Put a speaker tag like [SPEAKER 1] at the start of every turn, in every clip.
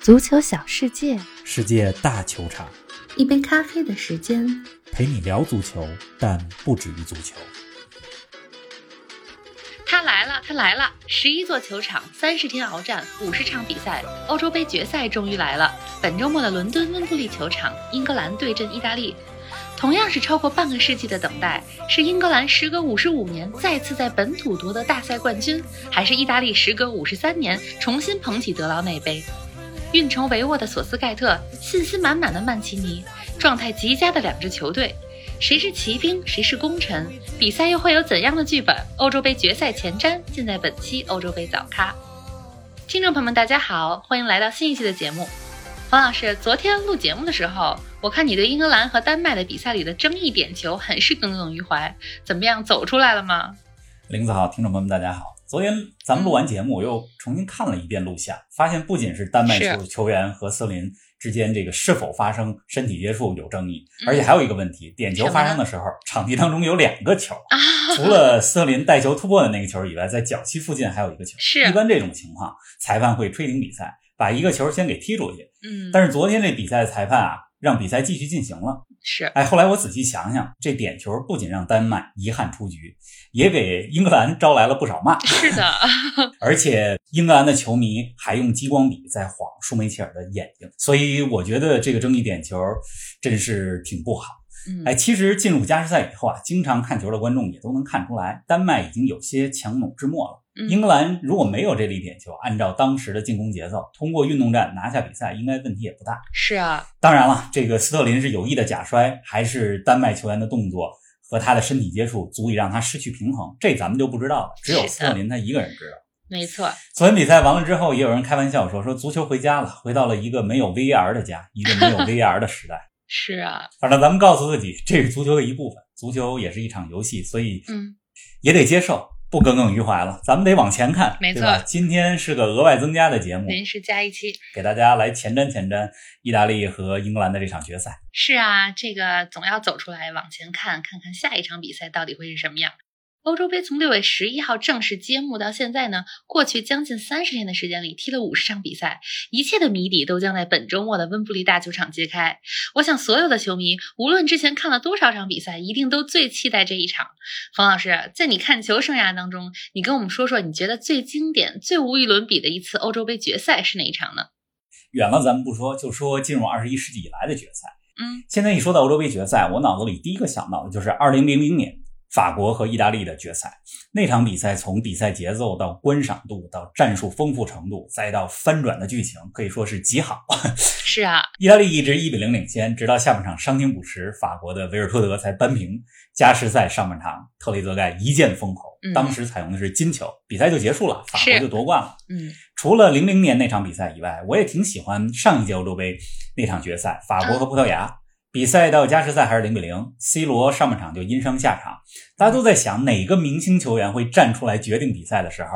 [SPEAKER 1] 足球小世界，
[SPEAKER 2] 世界大球场，
[SPEAKER 1] 一杯咖啡的时间。
[SPEAKER 2] 陪你聊足球，但不止于足球。
[SPEAKER 3] 他来了，他来了！十一座球场，三十天鏖战，五十场比赛，欧洲杯决赛终于来了。本周末的伦敦温布利球场，英格兰对阵意大利，同样是超过半个世纪的等待，是英格兰时隔五十五年再次在本土夺得大赛冠军，还是意大利时隔五十三年重新捧起德劳内杯？运筹帷幄的索斯盖特，信心满满的曼奇尼，状态极佳的两支球队，谁是骑兵，谁是功臣？比赛又会有怎样的剧本？欧洲杯决赛前瞻尽在本期欧洲杯早咖。听众朋友们，大家好，欢迎来到新一期的节目。黄老师，昨天录节目的时候，我看你对英格兰和丹麦的比赛里的争议点球很是耿耿于怀，怎么样，走出来了吗？
[SPEAKER 2] 林子好，听众朋友们，大家好。昨天咱们录完节目，我又重新看了一遍录像，发现不仅是丹麦球球员和瑟林之间这个是否发生身体接触有争议，而且还有一个问题，点球发生的时候，场地当中有两个球，除了瑟林带球突破的那个球以外，在脚膝附近还有一个球。
[SPEAKER 3] 是
[SPEAKER 2] 一般这种情况，裁判会吹停比赛，把一个球先给踢出去。
[SPEAKER 3] 嗯，
[SPEAKER 2] 但是昨天这比赛的裁判啊，让比赛继续进行了。
[SPEAKER 3] 是
[SPEAKER 2] 哎，后来我仔细想想，这点球不仅让丹麦遗憾出局，也给英格兰招来了不少骂。
[SPEAKER 3] 是的，
[SPEAKER 2] 而且英格兰的球迷还用激光笔在晃舒梅切尔的眼睛，所以我觉得这个争议点球真是挺不好。
[SPEAKER 3] 嗯，
[SPEAKER 2] 哎，其实进入加时赛以后啊，经常看球的观众也都能看出来，丹麦已经有些强弩之末了。
[SPEAKER 3] 嗯
[SPEAKER 2] 英格兰如果没有这粒点球，按照当时的进攻节奏，通过运动战拿下比赛，应该问题也不大。
[SPEAKER 3] 是啊，
[SPEAKER 2] 当然了，这个斯特林是有意的假摔，还是丹麦球员的动作和他的身体接触足以让他失去平衡，这咱们就不知道了，只有
[SPEAKER 3] 是
[SPEAKER 2] 斯特
[SPEAKER 3] 的
[SPEAKER 2] 林他一个人知道。
[SPEAKER 3] 没错，
[SPEAKER 2] 昨天比赛完了之后，也有人开玩笑说：“说足球回家了，回到了一个没有 VR 的家，一个没 有 VR 的时代。
[SPEAKER 3] 是啊，”
[SPEAKER 2] 反正咱们告诉自己，这是足球的一部分，足球也是一场游戏，所以
[SPEAKER 3] 嗯。
[SPEAKER 2] 也得接受，不耿耿于怀了。咱们得往前看，
[SPEAKER 3] 没错
[SPEAKER 2] 对吧今天是个额外增加的节目，
[SPEAKER 3] 临时加一期。
[SPEAKER 2] 给大家来前瞻前瞻意大利和英格兰的这场决赛。
[SPEAKER 3] 是啊，这个总要走出来，往前看，看看下一场比赛到底会是什么样。欧洲杯从六月十一号正式揭幕到现在呢，过去将近三十天的时间里，踢了五十场比赛，一切的谜底都将在本周末的温布利大球场揭开。我想，所有的球迷无论之前看了多少场比赛，一定都最期待这一场。冯老师，在你看球生涯当中，你跟我们说说，你觉得最经典、最无与伦比的一次欧洲杯决赛是哪一场呢？
[SPEAKER 2] 远了咱们不说，就说进入二十一世纪以来的决赛。
[SPEAKER 3] 嗯，
[SPEAKER 2] 现在一说到欧洲杯决赛，我脑子里第一个想到的就是二零零零年法国和意大利的决赛那场比赛，从比赛节奏到观赏度，到战术丰富程度，再到翻转的剧情，可以说是极好。
[SPEAKER 3] 是啊，
[SPEAKER 2] 意大利一直一比零领先，直到下半场伤停补时，法国的维尔托德才扳平。加时赛上半场，特雷泽盖一剑封喉
[SPEAKER 3] 嗯，
[SPEAKER 2] 当时采用的是金球，比赛就结束了，法国
[SPEAKER 3] 是
[SPEAKER 2] 就夺冠了。
[SPEAKER 3] 嗯，
[SPEAKER 2] 除了零零年那场比赛以外，我也挺喜欢上一届欧洲杯那场决赛，法国和葡萄牙。比赛到加时赛还是零比零，C 罗上半场就因伤下场。大家都在想哪个明星球员会站出来决定比赛的时候，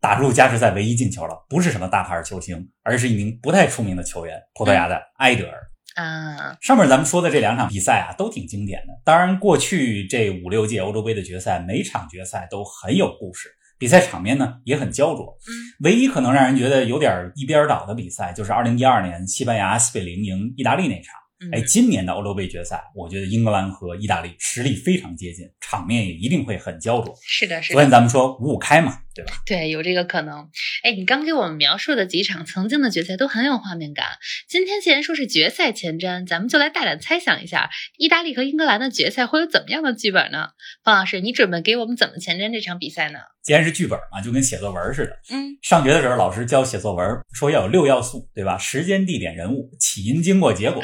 [SPEAKER 2] 打入加时赛唯一进球了，不是什么大牌球星，而是一名不太出名的球员，葡萄牙的埃德尔。
[SPEAKER 3] 啊，
[SPEAKER 2] 上面咱们说的这两场比赛啊，都挺经典的。当然，过去这五六届欧洲杯的决赛，每场决赛都很有故事，比赛场面呢也很焦灼。
[SPEAKER 3] 嗯，
[SPEAKER 2] 唯一可能让人觉得有点一边倒的比赛，就是2012年西班牙4比0赢意大利那场。
[SPEAKER 3] 嗯
[SPEAKER 2] 哎，今年的欧洲杯决赛，我觉得英格兰和意大利实力非常接近，场面也一定会很焦灼。
[SPEAKER 3] 是的，嗯是
[SPEAKER 2] 昨
[SPEAKER 3] 的，
[SPEAKER 2] 天咱们说五五开嘛，对吧？
[SPEAKER 3] 对，有这个可能。哎，你刚给我们描述的几场曾经的决赛都很有画面感。今天既然说是决赛前瞻，咱们就来大胆猜想一下，意大利和英格兰的决赛会有怎么样的剧本呢？方老师，你准备给我们怎么前瞻这场比赛呢？
[SPEAKER 2] 既然是剧本嘛，就跟写作文似的。
[SPEAKER 3] 嗯，
[SPEAKER 2] 上学的时候，老师教写作文，说要有六要素，对吧？时间、地点、人物、起因、经过、结果。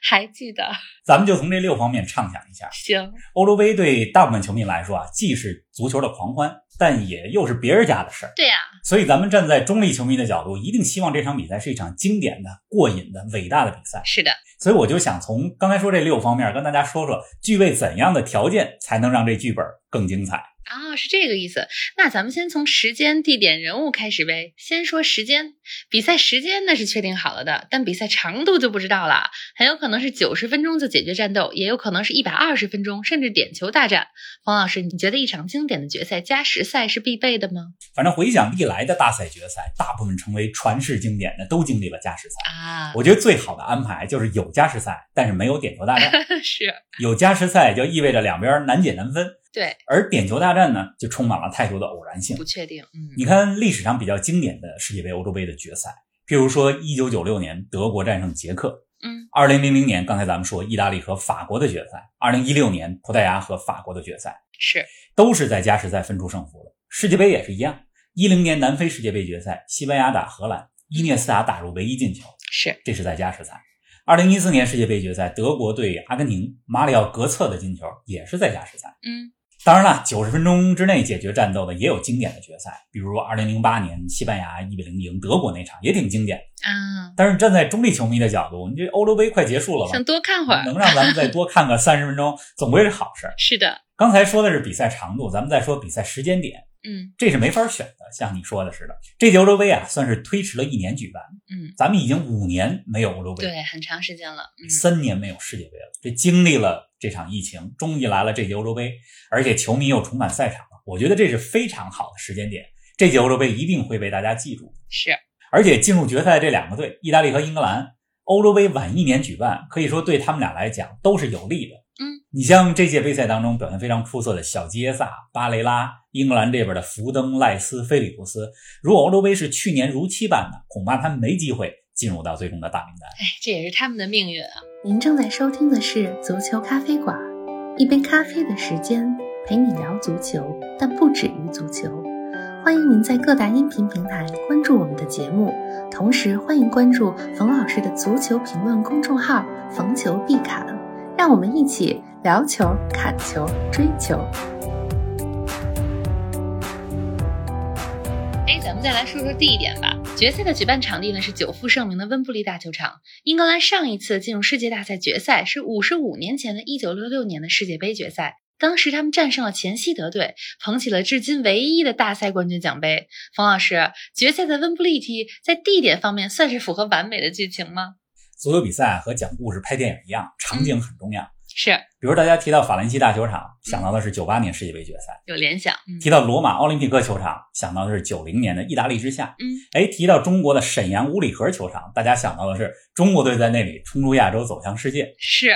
[SPEAKER 3] 还记得，
[SPEAKER 2] 咱们就从这六方面畅想一下。
[SPEAKER 3] 行，
[SPEAKER 2] 欧洲杯对大部分球迷来说啊，既是足球的狂欢，但也又是别人家的事儿。
[SPEAKER 3] 对啊呀、
[SPEAKER 2] 所以，咱们站在中立球迷的角度，一定希望这场比赛是一场经典的、过瘾的、伟大的比赛。
[SPEAKER 3] 是的，
[SPEAKER 2] 所以，我就想从刚才说这六方面跟大家说说，具备怎样的条件才能让这剧本更精彩。
[SPEAKER 3] 啊、是这个意思。那咱们先从时间、地点、人物开始呗。先说时间，比赛时间那是确定好了的，但比赛长度就不知道了，很有可能是九十分钟就解决战斗，也有可能是一百二十分钟，甚至点球大战。黄老师，你觉得一场经典的决赛加时赛是必备的吗？
[SPEAKER 2] 反正回想历来的大赛决赛，大部分成为传世经典的都经历了加时赛。
[SPEAKER 3] 啊，
[SPEAKER 2] 我觉得最好的安排就是有加时赛，但是没有点球大 战。
[SPEAKER 3] 是
[SPEAKER 2] 有加时赛就意味着两边难解难分，
[SPEAKER 3] 对，
[SPEAKER 2] 而点球大战呢，就充满了太多的偶然性
[SPEAKER 3] 不。确定。嗯，
[SPEAKER 2] 你看历史上比较经典的世界杯、欧洲杯的决赛，譬如说一九九六年德国战胜捷克，
[SPEAKER 3] 嗯，
[SPEAKER 2] 二零零零年刚才咱们说意大利和法国的决赛，二零一六年葡萄牙和法国的决赛，
[SPEAKER 3] 是
[SPEAKER 2] 都是在加时赛分出胜负的。世界杯也是一样，一零年南非世界杯决赛，西班牙打荷兰，伊涅斯塔打入唯一进球，
[SPEAKER 3] 是，
[SPEAKER 2] 这是在加时赛。二零一四年世界杯决赛，德国对阿根廷，马里奥格策的进球也是在加时赛。
[SPEAKER 3] 嗯，
[SPEAKER 2] 当然了，九十分钟之内解决战斗的也有经典的决赛，比如二零零八年西班牙一比零赢德国那场也挺经典。
[SPEAKER 3] 啊，
[SPEAKER 2] 但是站在中立球迷的角度，你这欧洲杯快结束了
[SPEAKER 3] 想
[SPEAKER 2] 吧，
[SPEAKER 3] 多看会儿。
[SPEAKER 2] 能让咱们再多看个三十分钟，总归是好事儿。
[SPEAKER 3] 是的，
[SPEAKER 2] 刚才说的是比赛长度，咱们再说比赛时间点，
[SPEAKER 3] 嗯
[SPEAKER 2] 这是没法选的。像你说的似的，这届欧洲杯啊，算是推迟了一年举办，
[SPEAKER 3] 嗯，
[SPEAKER 2] 咱们已经五年没有欧洲杯了，
[SPEAKER 3] 对，很长时间了。嗯，
[SPEAKER 2] 三年没有世界杯了。这经历了这场疫情，终于来了这届欧洲杯，而且球迷又重返赛场了。我觉得这是非常好的时间点，这届欧洲杯一定会被大家记住。
[SPEAKER 3] 是
[SPEAKER 2] 而且进入决赛的这两个队，意大利和英格兰，欧洲杯晚一年举办，可以说对他们俩来讲都是有利的。
[SPEAKER 3] 嗯，
[SPEAKER 2] 你像这届杯赛当中表现非常出色的小基耶萨、巴雷拉，英格兰这边的福登、赖斯、菲利普斯，如果欧洲杯是去年如期办的，恐怕他们没机会进入到最终的大名单。
[SPEAKER 3] 哎这也是他们的命运啊。
[SPEAKER 1] 您正在收听的是《足球咖啡馆》，一杯咖啡的时间陪你聊足球，但不止于足球。欢迎您在各大音频平台关注我们的节目，同时欢迎关注冯老师的足球评论公众号“冯球必侃”，让我们一起聊球、侃球、追球。
[SPEAKER 3] 哎，咱们再来说说地点吧。决赛的举办场地呢是久负盛名的温布利大球场。英格兰上一次进入世界大赛决赛是五十五年前的1966年的世界杯决赛，当时他们战胜了前西德队，捧起了至今唯一的大赛冠军奖杯。冯老师，决赛的温布利踢在地点方面算是符合完美的剧情吗？
[SPEAKER 2] 足球比赛和讲故事、拍电影一样，场景很重要。
[SPEAKER 3] 是
[SPEAKER 2] 比如大家提到法兰西大球场，想到的是九八年世界杯决赛；
[SPEAKER 3] 有联想，嗯
[SPEAKER 2] 提到罗马奥林匹克球场，想到的是九零年的意大利之夏。
[SPEAKER 3] 嗯，。
[SPEAKER 2] 哎，提到中国的沈阳五里河球场，大家想到的是中国队在那里冲出亚洲，走向世界
[SPEAKER 3] 是，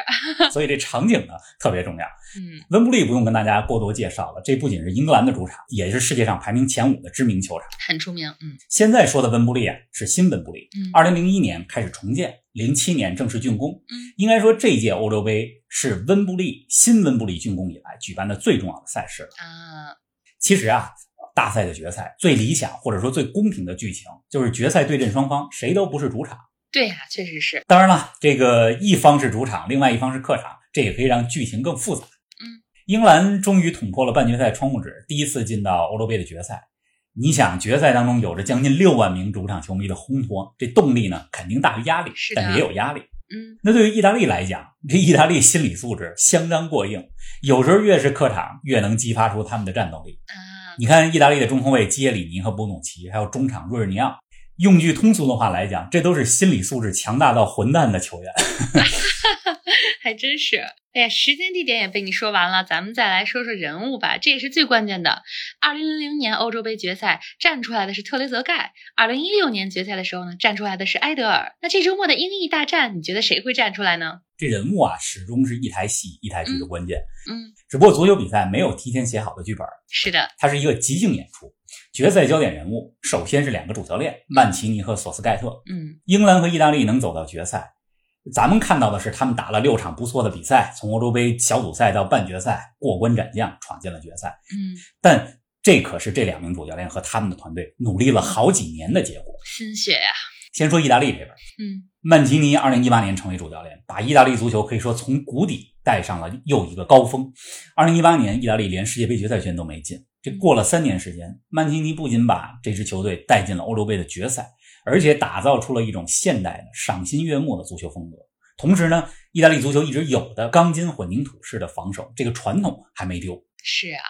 [SPEAKER 2] 所以这场景呢特别重要。
[SPEAKER 3] 嗯，
[SPEAKER 2] 温布利不用跟大家过多介绍了，这不仅是英格兰的主场，也是世界上排名前五的知名球场。
[SPEAKER 3] 很出名，嗯
[SPEAKER 2] 现在说的温布利啊，是新温布利，
[SPEAKER 3] 嗯，
[SPEAKER 2] 二零零一年开始重建，零七年正式竣工。
[SPEAKER 3] 嗯，
[SPEAKER 2] 应该说这届欧洲杯是温布利新温布利竣工以来举办的最重要的赛事了。
[SPEAKER 3] 啊，
[SPEAKER 2] 其实啊，大赛的决赛最理想或者说最公平的剧情就是决赛对阵双方谁都不是主场。
[SPEAKER 3] 对呀、确实是，
[SPEAKER 2] 当然了，这个一方是主场，另外一方是客场，这也可以让剧情更复杂。
[SPEAKER 3] 嗯，
[SPEAKER 2] 英格兰终于捅破了半决赛窗户纸，第一次进到欧洲杯的决赛。你想，决赛当中有着将近六万名主场球迷的烘托，这动力呢肯定大于压力，
[SPEAKER 3] 是的
[SPEAKER 2] 但是也有压力。
[SPEAKER 3] 嗯，
[SPEAKER 2] 那对于意大利来讲，这意大利心理素质相当过硬，有时候越是客场，越能激发出他们的战斗力。
[SPEAKER 3] 啊，
[SPEAKER 2] 你看，意大利的中后卫基耶里尼和博努奇，还有中场若日尼奥，用句通俗的话来讲，这都是心理素质强大到混蛋的球员。
[SPEAKER 3] 还真是。哎呀，时间地点也被你说完了，咱们再来说说人物吧，这也是最关键的。二零零零年欧洲杯决赛站出来的是特雷泽盖，二零一六年决赛的时候呢，站出来的是埃德尔。那这周末的英意大战，你觉得谁会站出来呢？
[SPEAKER 2] 这人物啊，始终是一台戏一台剧的关键。
[SPEAKER 3] 嗯，
[SPEAKER 2] 只不过足球比赛没有提前写好的剧本，
[SPEAKER 3] 是的，
[SPEAKER 2] 它是一个即兴演出。决赛焦点人物首先是两个主教练曼奇尼和索斯盖特。
[SPEAKER 3] 嗯，
[SPEAKER 2] 英格兰和意大利能走到决赛，咱们看到的是他们打了六场不错的比赛，从欧洲杯小组赛到半决赛过关斩将，闯进了决赛。
[SPEAKER 3] 嗯，
[SPEAKER 2] 但这可是这两名主教练和他们的团队努力了好几年的结果。
[SPEAKER 3] 心血呀、
[SPEAKER 2] 先说意大利这边，
[SPEAKER 3] 嗯，
[SPEAKER 2] 曼奇尼二零一八年成为主教练，把意大利足球可以说从谷底带上了又一个高峰。二零一八年，意大利连世界杯决赛圈都没进，这过了三年时间，曼奇尼不仅把这支球队带进了欧洲杯的决赛，而且打造出了一种现代的、赏心悦目的足球风格。同时呢，意大利足球一直有的钢筋混凝土式的防守，这个传统还没丢。
[SPEAKER 3] 是啊。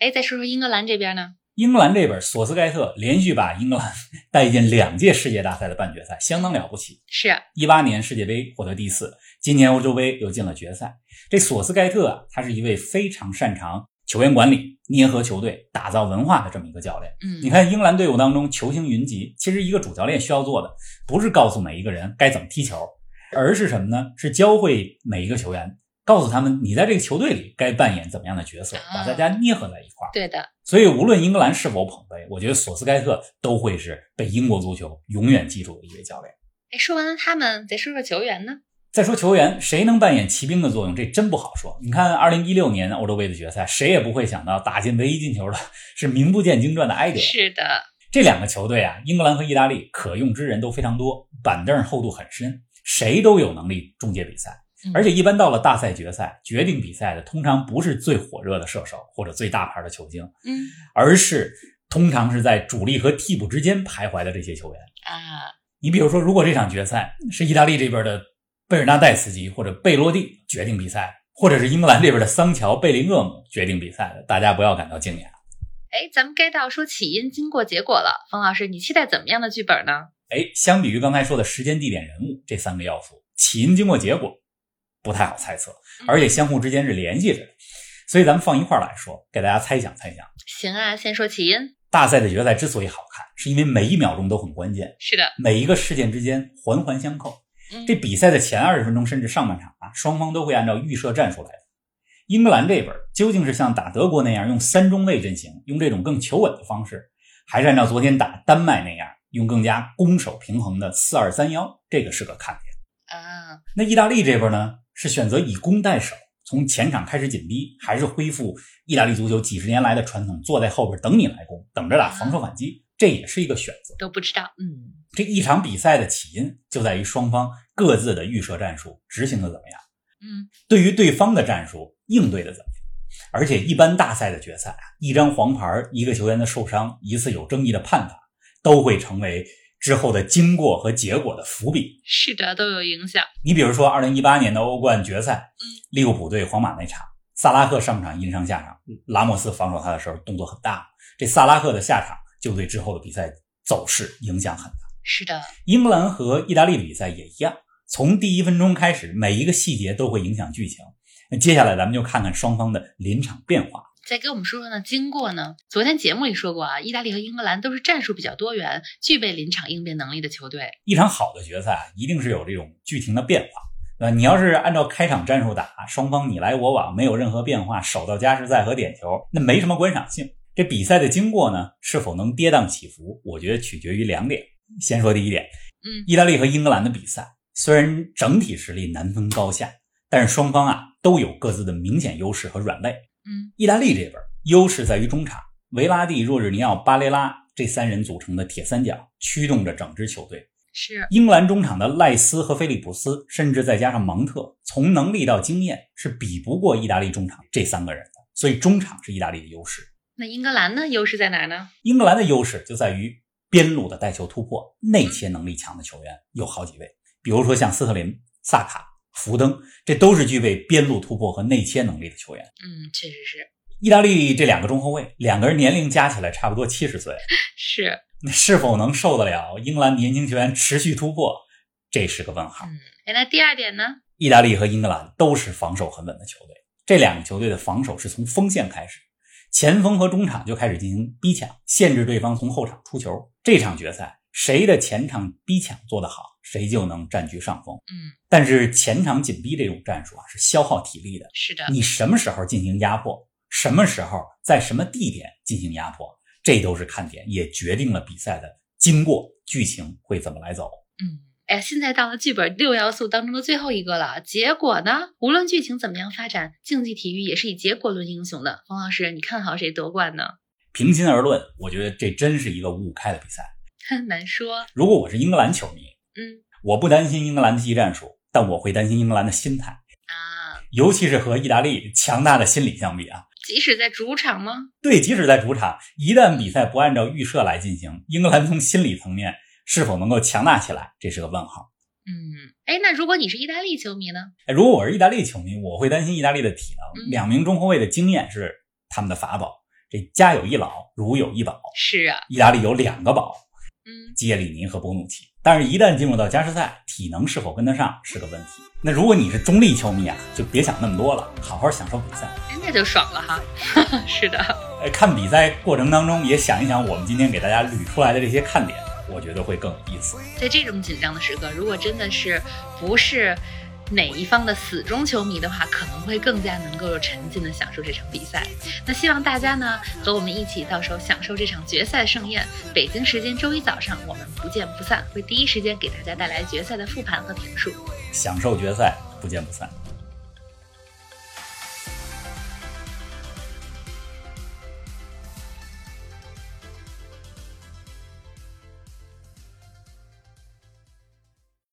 [SPEAKER 3] 哎，再说说英格兰这边呢？
[SPEAKER 2] 英格兰这边，索斯盖特连续把英格兰 带进两届世界大赛的半决赛，相当了不起。
[SPEAKER 3] 是
[SPEAKER 2] 一八年世界杯获得第四，今年欧洲杯又进了决赛。这索斯盖特啊，他是一位非常擅长球员管理、捏合球队、打造文化的这么一个教练。
[SPEAKER 3] 嗯，
[SPEAKER 2] 你看英格兰队伍当中球星云集，其实一个主教练需要做的，不是告诉每一个人该怎么踢球，而是什么呢？是教会每一个球员，告诉他们你在这个球队里该扮演怎么样的角色，把大家捏合在一块儿。
[SPEAKER 3] 对的，
[SPEAKER 2] 所以，无论英格兰是否捧杯，我觉得索斯盖特都会是被英国足球永远记住的一位教练。
[SPEAKER 3] 哎，说完了他们，得说说球员呢。
[SPEAKER 2] 再说球员，谁能扮演骑兵的作用，这真不好说。你看，二零一六年欧洲杯的决赛，谁也不会想到打进唯一进球的 是名不见经传的埃迪尔。
[SPEAKER 3] 是的，
[SPEAKER 2] 这两个球队啊，英格兰和意大利可用之人都非常多，板凳厚度很深，谁都有能力终结比赛
[SPEAKER 3] 嗯。
[SPEAKER 2] 而且一般到了大赛决赛，决定比赛的通常不是最火热的射手或者最大牌的球星，
[SPEAKER 3] 嗯
[SPEAKER 2] 而是通常是在主力和替补之间徘徊的这些球员。
[SPEAKER 3] 啊，
[SPEAKER 2] 你比如说，如果这场决赛是意大利这边的贝尔纳代斯基或者贝洛蒂决定比赛，或者是英格兰这边的桑乔、贝林厄姆决定比赛的，大家不要感到惊讶。
[SPEAKER 3] 哎，咱们该到说起因、经过、结果了。冯老师，你期待怎么样的剧本呢？
[SPEAKER 2] 哎，相比于刚才说的时间、地点、人物这三个要素，起因、经过、结果不太好猜测，而且相互之间是联系着的，所以咱们放一块儿来说，给大家猜想猜想。
[SPEAKER 3] 行啊，先说起因。
[SPEAKER 2] 大赛的决赛之所以好看，是因为每一秒钟都很关键，
[SPEAKER 3] 是的，
[SPEAKER 2] 每一个事件之间环环相扣。
[SPEAKER 3] 嗯
[SPEAKER 2] 这比赛的前二十分钟甚至上半场啊，双方都会按照预设战术来。英格兰这边究竟是像打德国那样用三中卫阵型，用这种更求稳的方式，还是按照昨天打丹麦那样用更加攻守平衡的四二三幺？这个是个看点。
[SPEAKER 3] 啊，
[SPEAKER 2] 那意大利这边呢，是选择以攻代守，从前场开始紧逼，还是恢复意大利足球几十年来的传统，坐在后边等你来攻，等着打防守反击？这也是一个选择。
[SPEAKER 3] 都不知道。嗯，
[SPEAKER 2] 这一场比赛的起因就在于双方各自的预设战术执行的怎么样，
[SPEAKER 3] 嗯，
[SPEAKER 2] 对于对方的战术应对的怎么样。而且一般大赛的决赛啊，一张黄牌、一个球员的受伤、一次有争议的判罚，都会成为之后的经过和结果的伏笔。
[SPEAKER 3] 是的，都有影响。
[SPEAKER 2] 你比如说，二零一八年的欧冠决赛
[SPEAKER 3] 嗯，
[SPEAKER 2] 利物浦对皇马那场，萨拉赫上场因伤下场，拉莫斯防守他的时候动作很大，这萨拉赫的下场就对之后的比赛走势影响很大。
[SPEAKER 3] 是的，
[SPEAKER 2] 英格兰和意大利的比赛也一样，从第一分钟开始，每一个细节都会影响剧情。那接下来咱们就看看双方的临场变化。
[SPEAKER 3] 再给我们说说呢经过呢？昨天节目里说过啊，意大利和英格兰都是战术比较多元、具备临场应变能力的球队。
[SPEAKER 2] 一场好的决赛啊，一定是有这种剧情的变化。那你要是按照开场战术打，双方你来我往，没有任何变化，守到加时赛和点球，那没什么观赏性。这比赛的经过呢，是否能跌宕起伏，我觉得取决于两点。先说第一点，
[SPEAKER 3] 嗯
[SPEAKER 2] 意大利和英格兰的比赛虽然整体实力难分高下，但是双方啊都有各自的明显优势和软肋。
[SPEAKER 3] 嗯
[SPEAKER 2] 意大利这边优势在于中场，维拉蒂、若日尼奥、巴雷拉这三人组成的铁三角驱动着整支球队。
[SPEAKER 3] 是
[SPEAKER 2] 英格兰中场的赖斯和菲利普斯，甚至再加上芒特，从能力到经验是比不过意大利中场这三个人的，所以中场是意大利的优势。
[SPEAKER 3] 那英格兰呢？优势在哪儿呢？
[SPEAKER 2] 英格兰的优势就在于边路的带球突破，内切能力强的球员有好几位，比如说像斯特林、萨卡、福登，这都是具备边路突破和内切能力的球员。
[SPEAKER 3] 嗯，确实是
[SPEAKER 2] 意大利这两个中后卫，两个人年龄加起来差不多七十岁，
[SPEAKER 3] 是。
[SPEAKER 2] 那是否能受得了英格兰年轻球员持续突破，这是个问号。
[SPEAKER 3] 哎，那第二点呢？
[SPEAKER 2] 意大利和英格兰都是防守很稳的球队，这两个球队的防守是从锋线开始，前锋和中场就开始进行逼抢，限制对方从后场出球。这场决赛，谁的前场逼抢做得好，谁就能占据上风。
[SPEAKER 3] 嗯，
[SPEAKER 2] 但是前场紧逼这种战术啊，是消耗体力的。
[SPEAKER 3] 是的，
[SPEAKER 2] 你什么时候进行压迫，什么时候在什么地点进行压迫，这都是看点，也决定了比赛的经过、剧情会怎么来走。
[SPEAKER 3] 嗯，哎，现在到了剧本六要素当中的最后一个了。结果呢？无论剧情怎么样发展，竞技体育也是以结果论英雄的。冯老师，你看好谁夺冠呢？
[SPEAKER 2] 平心而论，我觉得这真是一个五五开的比赛。
[SPEAKER 3] 很 难说。
[SPEAKER 2] 如果我是英格兰球迷，
[SPEAKER 3] 嗯
[SPEAKER 2] 我不担心英格兰的技战术，但我会担心英格兰的心态，
[SPEAKER 3] 啊，
[SPEAKER 2] 尤其是和意大利强大的心理相比啊。
[SPEAKER 3] 即使在主场吗？
[SPEAKER 2] 对，即使在主场，一旦比赛不按照预设来进行，英格兰从心理层面是否能够强大起来，这是个问号。
[SPEAKER 3] 嗯，哎，那如果你是意大利球迷呢？
[SPEAKER 2] 哎如果我是意大利球迷，我会担心意大利的体
[SPEAKER 3] 嗯
[SPEAKER 2] 能。两名中后卫的经验是他们的法宝，这家有一老，如有一宝，
[SPEAKER 3] 是啊，
[SPEAKER 2] 意大利有两个宝，
[SPEAKER 3] 嗯，
[SPEAKER 2] 基耶里尼和波努奇。但是，一旦进入到加时赛，体能是否跟得上是个问题。那如果你是中立球迷啊，就别想那么多了，好好享受比赛。
[SPEAKER 3] 哎那就爽了哈。 是的，
[SPEAKER 2] 呃，看比赛过程当中，也想一想我们今天给大家捋出来的这些看点，我觉得会更有意思。
[SPEAKER 3] 在这种紧张的时刻，如果真的是不是哪一方的死忠球迷的话，可能会更加能够沉浸的享受这场比赛。那希望大家呢和我们一起，到时候享受这场决赛盛宴。北京时间周一早上，我们不见不散，会第一时间给大家带来决赛的复盘和评述。
[SPEAKER 2] 享受决赛，不见不散。